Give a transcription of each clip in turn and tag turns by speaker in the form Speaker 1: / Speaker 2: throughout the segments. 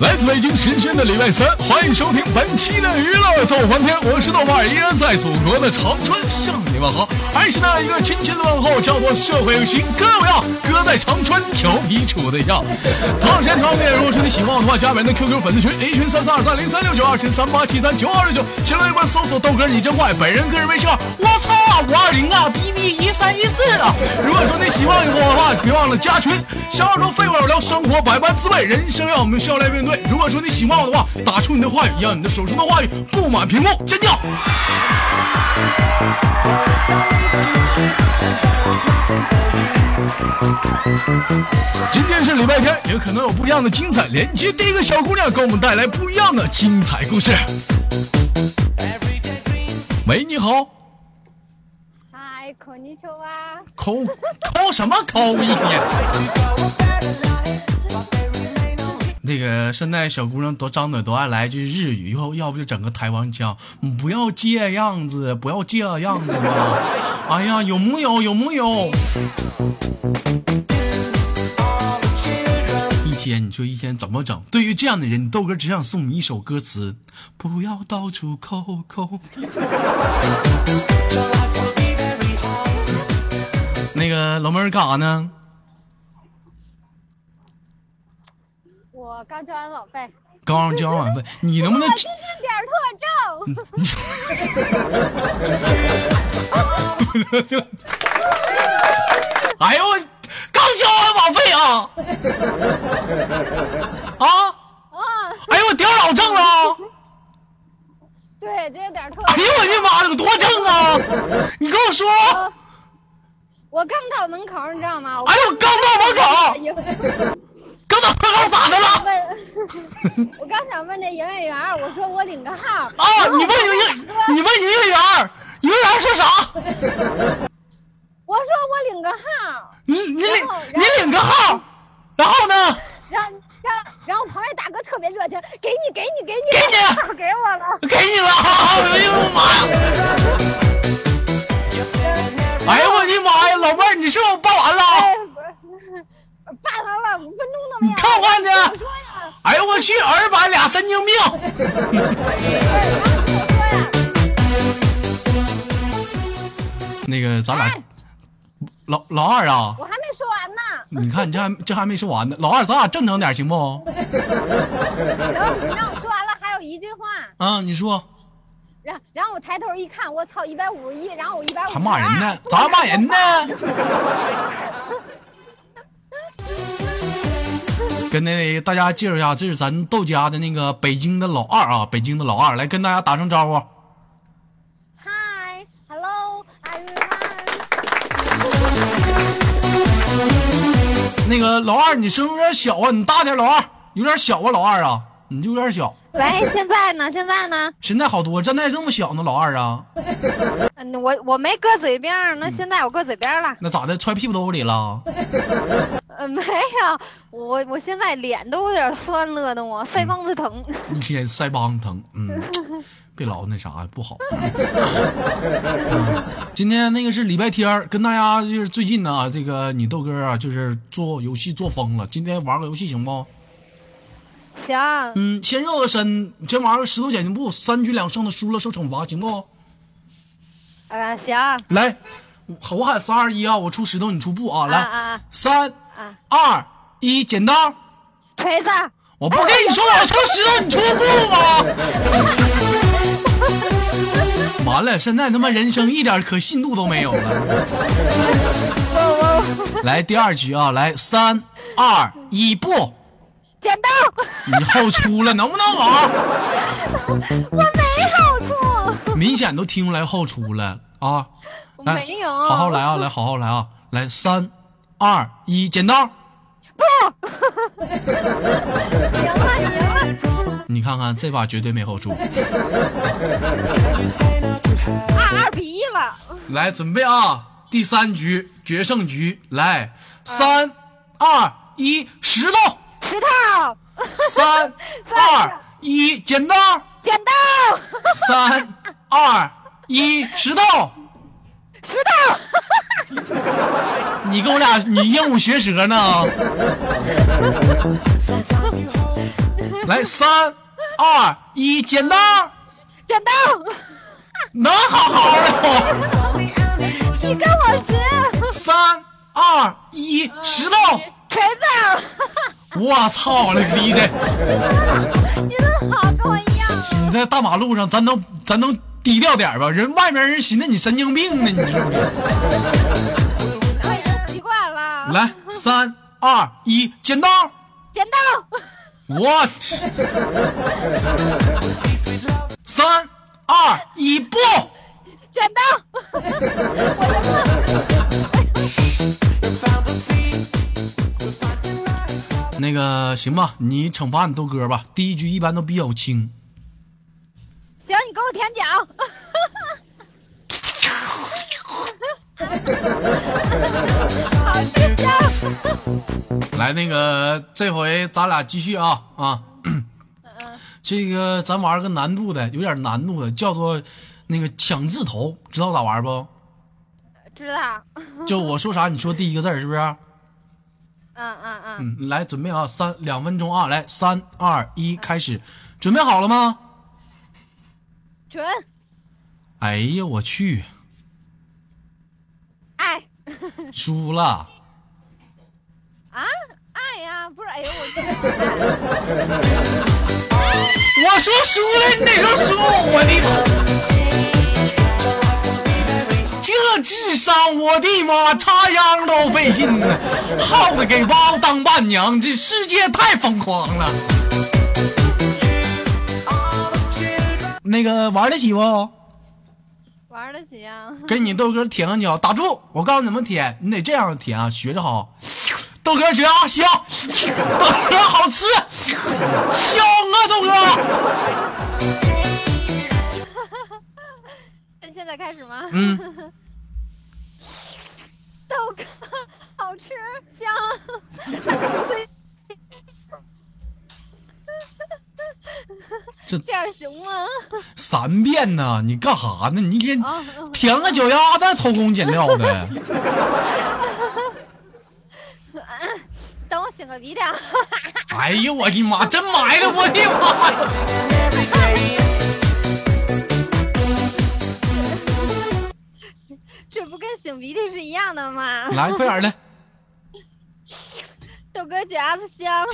Speaker 1: 来自北京时间的礼拜三，欢迎收听本期的娱乐逗翻天，我是豆瓣儿，依然在祖国的长春向你问好，还是那一个亲切的问候，叫做社会有型哥有样，啊哥在长春调皮处对象。同样时间同样地点，如果说你喜欢我的话，加本人的 QQ 粉丝群 A 群三三二三零三六九，二群三八七三九二六九，新浪微博搜索豆哥你真坏，本人个人微信号我操五二零啊，B B 一三一四啊。如果说你喜欢我的话，别忘了加群，生活中废话少聊，生活百般滋味，人生让我们笑来面对。如果说你喜欢我的话，打出你的话语，让你的手中的话语布满屏幕，尖叫！今天是礼拜天，也可能有不一样的精彩。连接第一个小姑娘，给我们带来不一样的精彩故事。喂，你好，
Speaker 2: 嗨，孔尼丘啊！
Speaker 1: 抠抠什么抠一天？那个现在小姑娘都张嘴都爱来句日语，要要不就整个台湾腔，嗯不要这样子，不要这样子嘛！哎呀，有木有？有木有？一天，你说一天怎么整？对于这样的人，豆哥只想送你一首歌词：不要到处抠抠。那个老妹儿干啥呢？
Speaker 2: 我刚交完老费，
Speaker 1: 刚刚交完费，你能不能嗯
Speaker 2: 我？这是点儿特 征。
Speaker 1: 哎呦我，刚交完网费啊！啊！
Speaker 2: 啊，
Speaker 1: 哎呦我屌老正了！
Speaker 2: 对，这是点儿特
Speaker 1: 哎
Speaker 2: 征。
Speaker 1: 呦我的妈了，有多正啊！你跟我说，
Speaker 2: 哦我刚到门口，你知道吗？我
Speaker 1: 哎呦我刚到门口，
Speaker 2: 营
Speaker 1: 刚到门口咋的了？
Speaker 2: 问， 我刚想问这营业员儿，我说我领个号儿，
Speaker 1: 啊！你问营业，你问营业员儿，营业员儿说啥？
Speaker 2: 我说我领个号儿，
Speaker 1: 你你领
Speaker 2: 然后
Speaker 1: 你领个号，然后呢？
Speaker 2: 然后然后然后旁边大哥特别热情，给你给你给你，
Speaker 1: 给你
Speaker 2: 号儿给我了。
Speaker 1: 给你了，哎呦我的妈呀！哎呦我的妈呀，老妹儿，你是不是办完了？
Speaker 2: 哎，不是，办完了五分钟都没有。
Speaker 1: 你看看
Speaker 2: 我
Speaker 1: 去
Speaker 2: 说呀，
Speaker 1: 哎呦我去，儿版俩神经病！
Speaker 2: 我说呀。
Speaker 1: 哎那个咱俩
Speaker 2: 哎，
Speaker 1: 老老二啊，
Speaker 2: 我还没说完呢，
Speaker 1: 你看你这还这还没说完呢，老二，咱俩正常点行不？
Speaker 2: 然后你让我说完了，还有一句话，
Speaker 1: 啊，你说
Speaker 2: 然然后我抬头一看，我操，一百五十一，然后我一百五，
Speaker 1: 还骂人呢？咋还骂人呢？跟那大家介绍一下，这是咱豆家的那个北京的老二啊，北京的老二，来跟大家打声招呼。
Speaker 2: 嗨，hello everyone，
Speaker 1: 那个老二，你声音有点小啊，你大点，老二有点小啊，老二啊，你就有点小。
Speaker 2: 喂，现在呢？现在呢？
Speaker 1: 现在好多，现在这么小呢，老二啊，
Speaker 2: 嗯，我我没搁嘴边儿，
Speaker 1: 嗯
Speaker 2: 那现在我搁嘴边儿了。
Speaker 1: 那咋的，揣屁股兜里了？
Speaker 2: 呃，没有，我我现在脸都有点酸了的
Speaker 1: 嗯
Speaker 2: 我，腮帮子疼。
Speaker 1: 一天腮帮子疼， 嗯，别老那啥不好。 嗯今天那个是礼拜天儿，跟大家就是最近呢，这个你豆哥啊，就是做游戏做疯了，今天玩个游戏行不？
Speaker 2: 行，
Speaker 1: 嗯，先热个身，先玩个石头剪刀布，三局两胜的输了受惩罚，行不？
Speaker 2: 呃，行，
Speaker 1: 来，我我喊三二一啊，我出石头，你出布啊，
Speaker 2: 啊啊
Speaker 1: 来
Speaker 2: 啊，
Speaker 1: 三
Speaker 2: 啊
Speaker 1: 二一，剪刀。
Speaker 2: 锤子，
Speaker 1: 我不跟你说，我出石头，你出布吗？完了，现在他妈人生一点可信度都没有了。来第二局啊，来三二一布，
Speaker 2: 剪刀，
Speaker 1: 你后出了，能不能玩？
Speaker 2: 我没好处，
Speaker 1: 明显都听出来后出了啊！
Speaker 2: 我
Speaker 1: 来
Speaker 2: 没有
Speaker 1: 好好来啊，来好好来啊，来三二一，剪刀。
Speaker 2: 赢了，赢了。
Speaker 1: 你看看这把绝对没后出。
Speaker 2: 二二比一了，
Speaker 1: 来，准备啊！第三局决胜局，来，三、二、一，石头，
Speaker 2: 石头，
Speaker 1: 三二一，剪刀，
Speaker 2: 剪刀，
Speaker 1: 三二一，石头。
Speaker 2: 石头，
Speaker 1: 你跟我俩，你鹦鹉学舌呢？来，三二一，剪刀，
Speaker 2: 剪刀，
Speaker 1: 能好好的吗？
Speaker 2: 你跟我学
Speaker 1: 三二一，石头。
Speaker 2: 锤子，
Speaker 1: 我操！我勒个 DJ，
Speaker 2: 你怎么好跟我一样？
Speaker 1: 你在大马路上，咱能咱能低调点儿吧？人外面人寻思你神经病呢，你。
Speaker 2: 我已经哎习惯了。
Speaker 1: 来，三二一，剪刀！
Speaker 2: 剪刀，
Speaker 1: 我去。三二一，不！
Speaker 2: 剪刀，
Speaker 1: 那个行吧，你惩罚你豆哥吧。第一局一般都比较轻。
Speaker 2: 行，你给我舔脚。好吃香，
Speaker 1: 来，那个这回咱俩继续啊啊！这个咱玩个难度的，有点难度的，叫做那个抢字头，知道咋玩不？
Speaker 2: 知道？
Speaker 1: 就我说啥，你说第一个字儿是不是？
Speaker 2: 嗯嗯嗯，
Speaker 1: 嗯，来准备啊，三两分钟啊，来三二一，开始，准备好了吗？
Speaker 2: 准
Speaker 1: 哎呀，我去，
Speaker 2: 爱
Speaker 1: 输了，
Speaker 2: 啊爱呀，不是哎呦我去，
Speaker 1: 我说输了，你得说输，我的，这智商，我的妈，插秧都费劲呢，耗子给娃娃当伴娘，这世界太疯狂了。那个玩得起不？
Speaker 2: 玩得起啊？
Speaker 1: 给你豆哥舔个脚，打住！我告诉你怎么舔，你得这样舔啊，学着好。豆哥学啊，香！豆哥好吃，香啊，豆哥。
Speaker 2: 那现在开始吗？
Speaker 1: 嗯，
Speaker 2: 豆哥，好吃香，对
Speaker 1: 这
Speaker 2: 这样行吗？
Speaker 1: 三遍呢，你干哈呢？你一天
Speaker 2: 啊嗯
Speaker 1: 舔个脚丫子，偷工减料的。
Speaker 2: 等我擤个鼻啊梁。
Speaker 1: 哎呦我的妈，真埋汰，我的妈 呀！
Speaker 2: 这不跟擤鼻涕是一样的吗？
Speaker 1: 来， 快点儿的，
Speaker 2: 豆哥脚子香，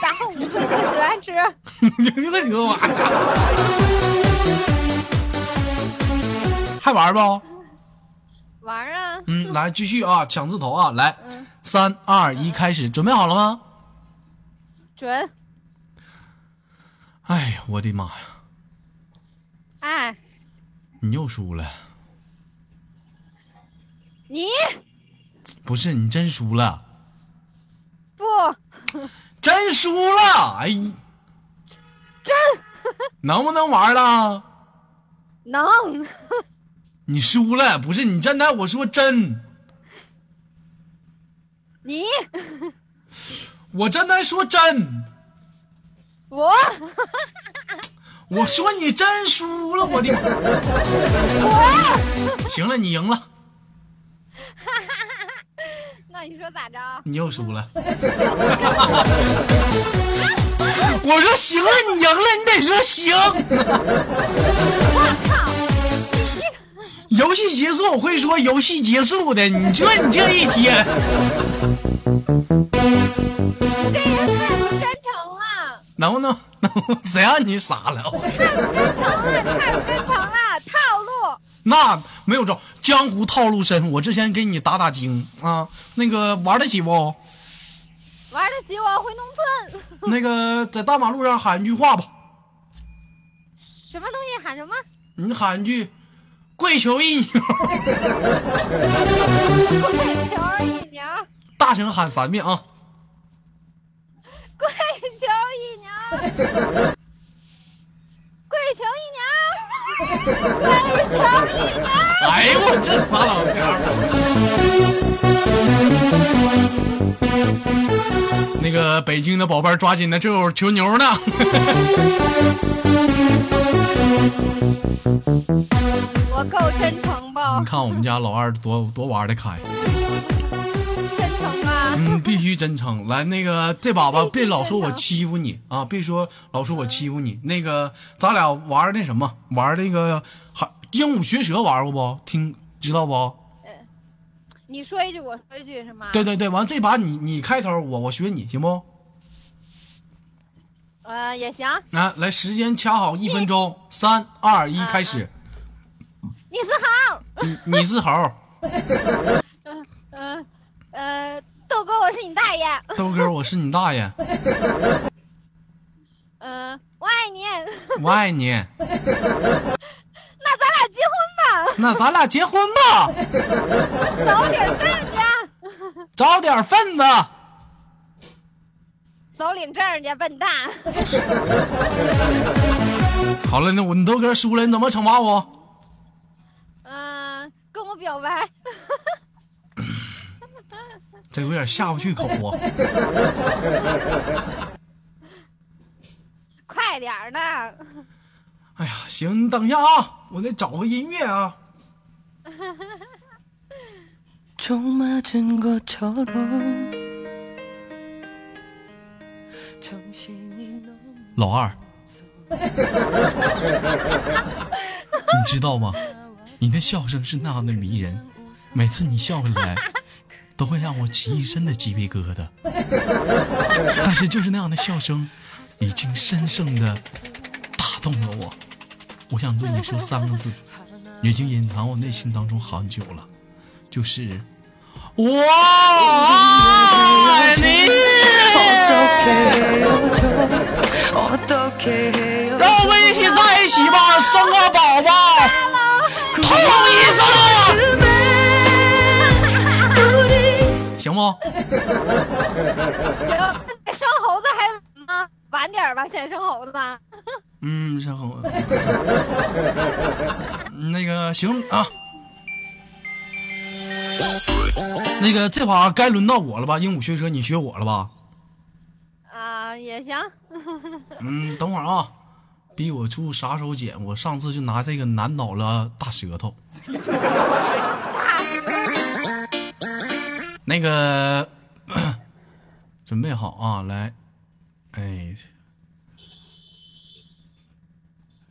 Speaker 2: 打后五岁就喜欢吃。
Speaker 1: 你个你个玩意儿还玩不？
Speaker 2: 玩儿啊，
Speaker 1: 嗯，来继续啊，抢字头啊，来
Speaker 2: 嗯，
Speaker 1: 三二一，开始，准备好了吗？
Speaker 2: 准
Speaker 1: 哎呀，我的妈呀！
Speaker 2: 爱
Speaker 1: 你又输了，
Speaker 2: 你
Speaker 1: 不是你真输了，
Speaker 2: 不
Speaker 1: 真输了！哎，
Speaker 2: 真
Speaker 1: 能不能玩了？
Speaker 2: 能
Speaker 1: 你输了，不是你站台我说真，
Speaker 2: 你
Speaker 1: 我站台说真，
Speaker 2: 我
Speaker 1: 我说你真输了，我的妈！行了，你赢了，
Speaker 2: 那你说咋着？
Speaker 1: 你又输了。 我说行了，你赢了，你得说行。游戏结束，我会说游戏结束的。你说你这一天。
Speaker 2: 这人太不真诚了，
Speaker 1: 能不能能不能谁让你傻了？
Speaker 2: 太不真诚了，太不真诚了，套路。
Speaker 1: 那没有招，江湖套路深。我之前给你打打精啊，那个玩得起不？
Speaker 2: 玩得起我回农村，
Speaker 1: 那个在大马路上喊一句话吧，
Speaker 2: 什么东西喊什么？
Speaker 1: 你喊一句“跪求一牛
Speaker 2: 跪求一牛，”，
Speaker 1: 大声喊三遍啊！
Speaker 2: 跪求一牛，跪求一牛，跪求一牛。
Speaker 1: 哎呦我这傻老天儿！那那个北京的宝贝儿抓紧的，这会儿求牛呢。
Speaker 2: 我够真诚不？
Speaker 1: 你看我们家老二多多玩得开，
Speaker 2: 真诚吧？
Speaker 1: 嗯，必须真诚。来，那个这把吧，别老说我欺负你啊，别说老说我欺负你。那个咱俩玩儿那什么，玩儿那个还鹦鹉学舌玩过不？听知道不？
Speaker 2: 你说一句，我说一句是吗？
Speaker 1: 对对对，完这把你你开头，我我学你行不？
Speaker 2: 呃，也行。
Speaker 1: 啊，来，时间掐好一分钟，三二一，开始。
Speaker 2: 你是好，
Speaker 1: 你你是猴儿，
Speaker 2: 嗯、呃，豆哥，我是你大爷，
Speaker 1: 豆哥，我是你大爷，
Speaker 2: 嗯、我爱你，
Speaker 1: 我爱你。
Speaker 2: 那咱俩结婚
Speaker 1: 那咱俩结婚吧，
Speaker 2: 吧，找领证去，
Speaker 1: 找点份子。
Speaker 2: 找领证去，笨蛋。
Speaker 1: 好了，那我你豆哥输了，你怎么惩罚我？
Speaker 2: 嗯、跟我表白，
Speaker 1: 这有点下不去口啊。
Speaker 2: 快点儿呢。
Speaker 1: 哎呀，行，你等一下啊，我得找个音乐啊。
Speaker 3: 종 맞은 것처럼 정신이 너무
Speaker 1: 老二，你知道吗？你的笑声是那样的迷人，每次你笑起来，都会让我起一身的鸡皮疙瘩。但是就是那样的笑声，已经深深的打动了我。我想对你说三个字，已经隐藏我内心当中很久了，就是我爱你。
Speaker 3: 어떻게 헤어져 어떻게 헤어져
Speaker 1: 让我们一起在一起吧，生个宝宝，痛一次啊
Speaker 3: 그만 우리
Speaker 1: 了，行不？
Speaker 2: 行，那生猴子还晚吗？晚点儿吧，先生猴子吧。
Speaker 1: 嗯，然后 那个行啊，那个这把该轮到我了吧？鹦鹉学舌，你学我了吧？
Speaker 2: 啊、也行。
Speaker 1: 嗯，等会儿啊，逼我出杀手锏，我上次就拿这个难倒了大舌头。那个， 准备好啊，来，哎，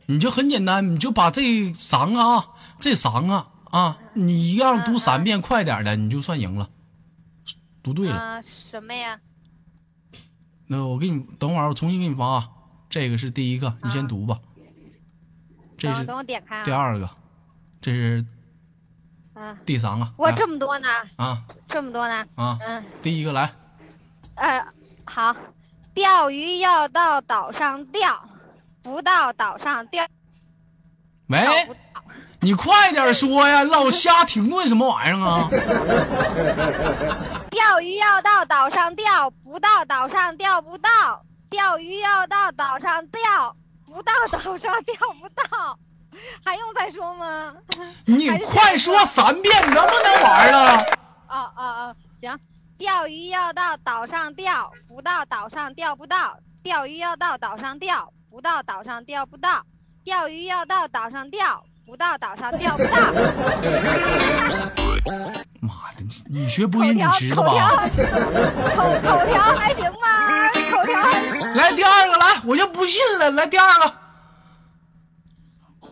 Speaker 1: 你就很简单，你就把这三个啊，这三个啊，你一样读三遍，快点儿的，你就算赢了，读对了。
Speaker 2: 啊、什么呀？
Speaker 1: 那我给你等会儿，我重新给你发啊。这个是第一个，你先读吧。这
Speaker 2: 等
Speaker 1: 是
Speaker 2: 我啊等我点开
Speaker 1: 第
Speaker 2: 啊。
Speaker 1: 二个，这是
Speaker 2: 嗯，
Speaker 1: 第三个。
Speaker 2: 我
Speaker 1: 来
Speaker 2: 这么多呢，
Speaker 1: 啊
Speaker 2: 这么多呢。
Speaker 1: 啊，
Speaker 2: 嗯，
Speaker 1: 第一个来，
Speaker 2: 呃，好，钓鱼要到岛上钓，不到岛上钓
Speaker 1: 喂，
Speaker 2: 不到。
Speaker 1: 你快点说 呀，老瞎停顿什么玩意儿啊？
Speaker 2: 钓鱼要到岛上钓，不到岛上钓不到。钓鱼要到岛上钓，不到岛上钓不到。还用再说吗？
Speaker 1: 你
Speaker 2: 还是
Speaker 1: 快说三遍，能不能玩啊了？
Speaker 2: 哦哦哦，行。钓鱼要到岛上钓，不到岛上钓不到；钓鱼要到岛上钓，不到岛上钓不到；钓鱼要到岛上钓，不到岛上钓不到。
Speaker 1: 妈的，你你学播
Speaker 2: 口
Speaker 1: 音你
Speaker 2: 条，
Speaker 1: 知道
Speaker 2: 口条
Speaker 1: 吧？，
Speaker 2: 口口条还行吧？口条还行。
Speaker 1: 来第二个，来，我就不信了，来第二个。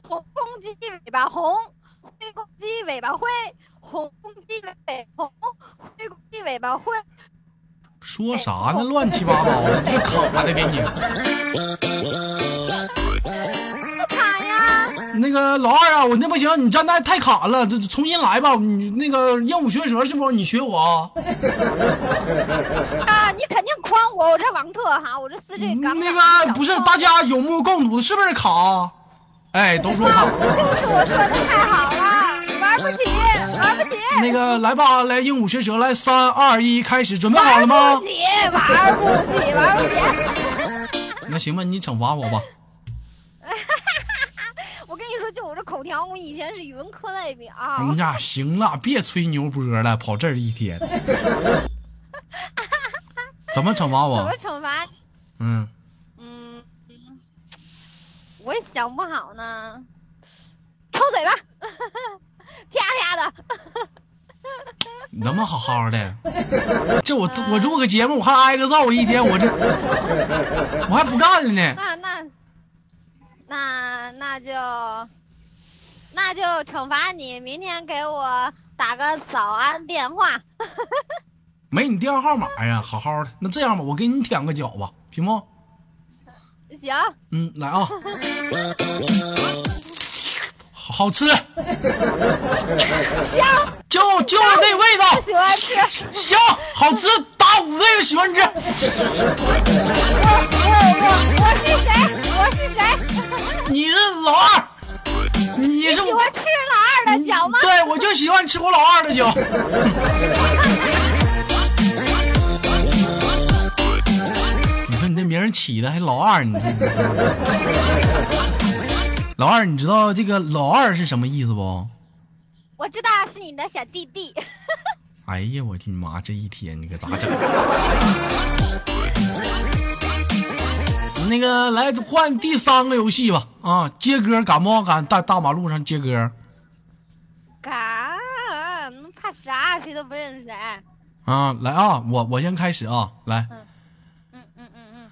Speaker 2: 红公鸡尾巴红，灰公鸡尾巴灰，红公鸡尾巴红，灰公鸡尾巴灰。
Speaker 1: 说啥
Speaker 2: 哎
Speaker 1: 呢？乱七八糟的，这卡的给你。
Speaker 2: 不卡呀！
Speaker 1: 那个老二啊，我那不行，你站那太卡了，这这重新来吧。你那个鹦鹉学舌是不？你学我啊。
Speaker 2: 啊，你肯定诓我，我这王特哈，我这四这刚。
Speaker 1: 那个不是，大家有目共睹，是不是卡？哎，都说卡。
Speaker 2: 就是我说的太好了，玩不起，玩不起，
Speaker 1: 那个来吧，来鹦鹉学舌，来三二一，开始，准备好了
Speaker 2: 玩
Speaker 1: 吗
Speaker 2: 不？起，玩不起，玩不起。
Speaker 1: 那行吧，你惩罚我吧。
Speaker 2: 我跟你说，就我这口条，我以前是语文课代表。
Speaker 1: 哎呀， 行了，别吹牛波了，跑这儿一天。怎么惩罚
Speaker 2: 怎么
Speaker 1: 我？
Speaker 2: 惩罚？
Speaker 1: 嗯，
Speaker 2: 嗯，嗯我也想不好呢。抽嘴巴，啪啪的。
Speaker 1: 能不能好好的？这我我录个节目，我还挨个揍一天，我这我还不干了呢。
Speaker 2: 那那那那就那就惩罚你，明天给我打个早安电话。
Speaker 1: 没你电话号码呀，好好的。那这样吧，我给你舔个脚吧，行不？
Speaker 2: 行，
Speaker 1: 嗯，来啊，好好吃，
Speaker 2: 香，
Speaker 1: 就就这味道，
Speaker 2: 喜欢吃。
Speaker 1: 香，好吃，打五这个喜欢吃。
Speaker 2: 我我我是谁？我是谁？
Speaker 1: 你是老二，你是
Speaker 2: 喜欢吃老二的脚吗？
Speaker 1: 对，我就喜欢吃我老二的脚。 你说你这名儿起的还老二，你说你这老二，你知道这个老二是什么意思不？
Speaker 2: 我知道是你的小弟弟。
Speaker 1: 哎呀，我的妈！这一天你可咋整？ 那个，来换第三个游戏吧！啊，接歌敢不敢大大马路上接歌
Speaker 2: 嘎，能怕啥？谁都不认识谁。
Speaker 1: 啊？来啊，我我先开始啊，来，
Speaker 2: 嗯嗯嗯嗯，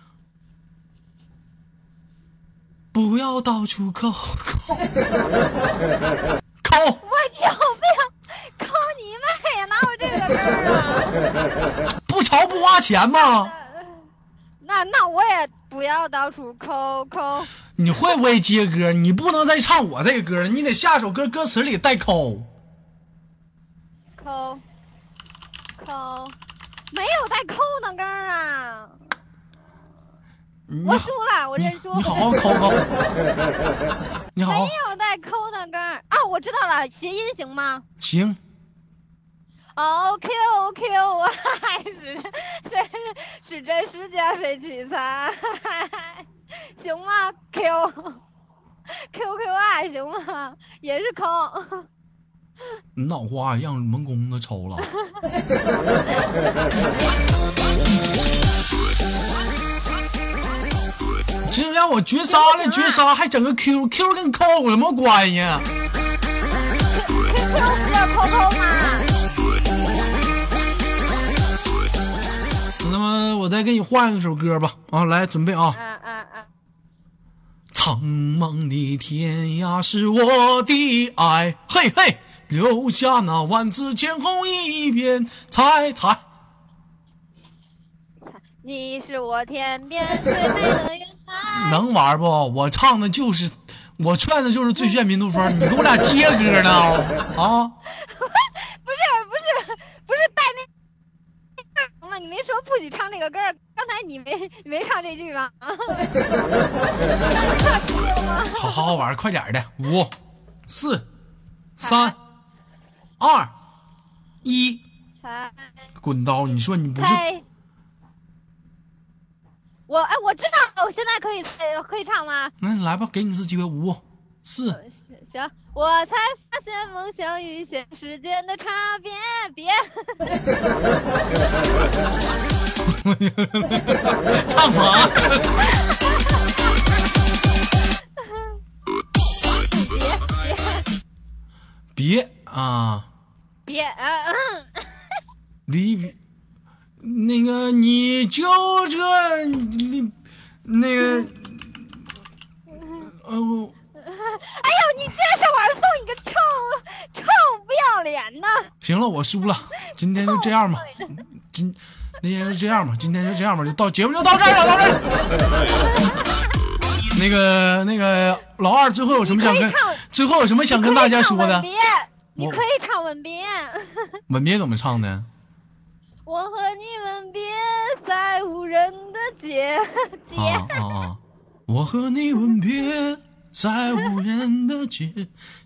Speaker 1: 不要到处抠抠抠，
Speaker 2: 我有病！抠你妹呀！哪有这个事儿啊？
Speaker 1: 不潮不花钱吗？
Speaker 2: 那那我也不要到处抠抠，
Speaker 1: 你会不会接歌？你不能再唱我这歌了，你得下首歌歌词里带抠。
Speaker 2: 抠抠，没有带抠呢根儿啊！
Speaker 1: 你
Speaker 2: 我
Speaker 1: 好
Speaker 2: 输了，我
Speaker 1: 你
Speaker 2: 认输。哎
Speaker 1: 你好好抠 抠，你好好
Speaker 2: 没有带抠呢根儿啊！我知道了，谐音行吗
Speaker 1: 行。
Speaker 2: 哦，Q Q，还是真是真是假谁取材？行吗？Q Q Q I 行吗？也是抠，
Speaker 1: 你脑瓜让门公子抽了。 这让我绝杀了，绝杀还整个 Q Q 跟扣有什么关系？啊
Speaker 2: 不叫抠抠吗？
Speaker 1: 那么我再给你换一首歌吧。啊，来准备啊！
Speaker 2: 嗯嗯嗯。
Speaker 1: 苍茫的天涯是我的爱，嘿嘿，留下那万紫千红一片彩彩。
Speaker 2: 你是我天边最美的云彩。
Speaker 1: 能玩不？我唱的就是，我劝的就是最炫民族风，你给我俩接歌呢？啊，
Speaker 2: 不是不是不是带那那什么？你没说不许唱这个歌儿，刚才你没你没唱这句吗？
Speaker 1: 好好好玩，快点儿的，五、四、三、二、一，
Speaker 2: 猜
Speaker 1: 滚刀！你说你不是
Speaker 2: 猜，我哎，我知道，我现在可以呃可以唱了。
Speaker 1: 那你嗯来吧，给你一次机会，五、四，
Speaker 2: 行，我才发现梦想与现实间的差别。别，
Speaker 1: 唱啥？别啊，
Speaker 2: 别，啊嗯，
Speaker 1: 离别那个你就这你那个呃。
Speaker 2: 哎呦，你竟然上网送你个臭臭不要脸的！
Speaker 1: 行了，我输了，今天就这样吧，今那天就这样吧，今天就这样吧，就到节目就到这儿了，到这儿了。那个那个老二，最后有什么想
Speaker 2: 你可
Speaker 1: 跟
Speaker 2: 以唱
Speaker 1: 最后有什么想跟大家说的
Speaker 2: 可以？唱吻别，你可以唱吻别，
Speaker 1: 吻别怎么唱的？
Speaker 2: 我和你吻别在无人的街街。
Speaker 1: 啊 啊啊！我和你吻别在无人的街，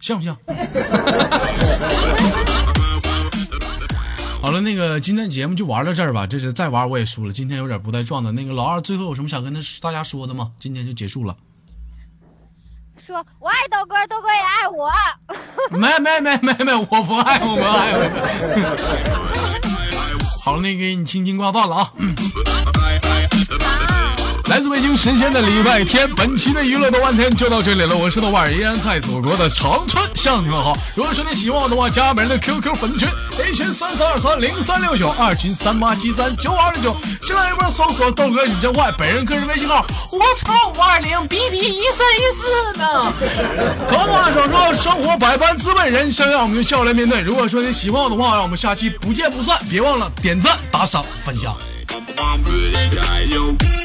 Speaker 1: 像不像？ 好了，那个今天节目就玩到这儿吧。这是再玩我也输了，今天有点不带状的。那个老二最后有什么想跟他大家说的吗？今天就结束了。
Speaker 2: 说我爱豆哥，豆哥也爱 我。
Speaker 1: 没没没没没，我不爱， 我不爱，我不爱。好了，那个你轻轻挂断了啊。嗯来自北京时间的礼拜天，本期的娱乐豆瓣天就到这里了。我是豆瓣儿，依然在祖国的长春向你们好。如果说你喜欢我的话，加本人的 QQ 粉丝群 A 群三三二三零三六九，二群三八七三九二六九。新浪微博搜索豆哥你真坏，本人个人微信号我操五二零 bb 一三一四呢。头发少说生活百般滋味，人生让我们用笑来面对。如果说你喜欢我的话，让我们下期不见不散。别忘了点赞、打赏、分享。
Speaker 4: Bye.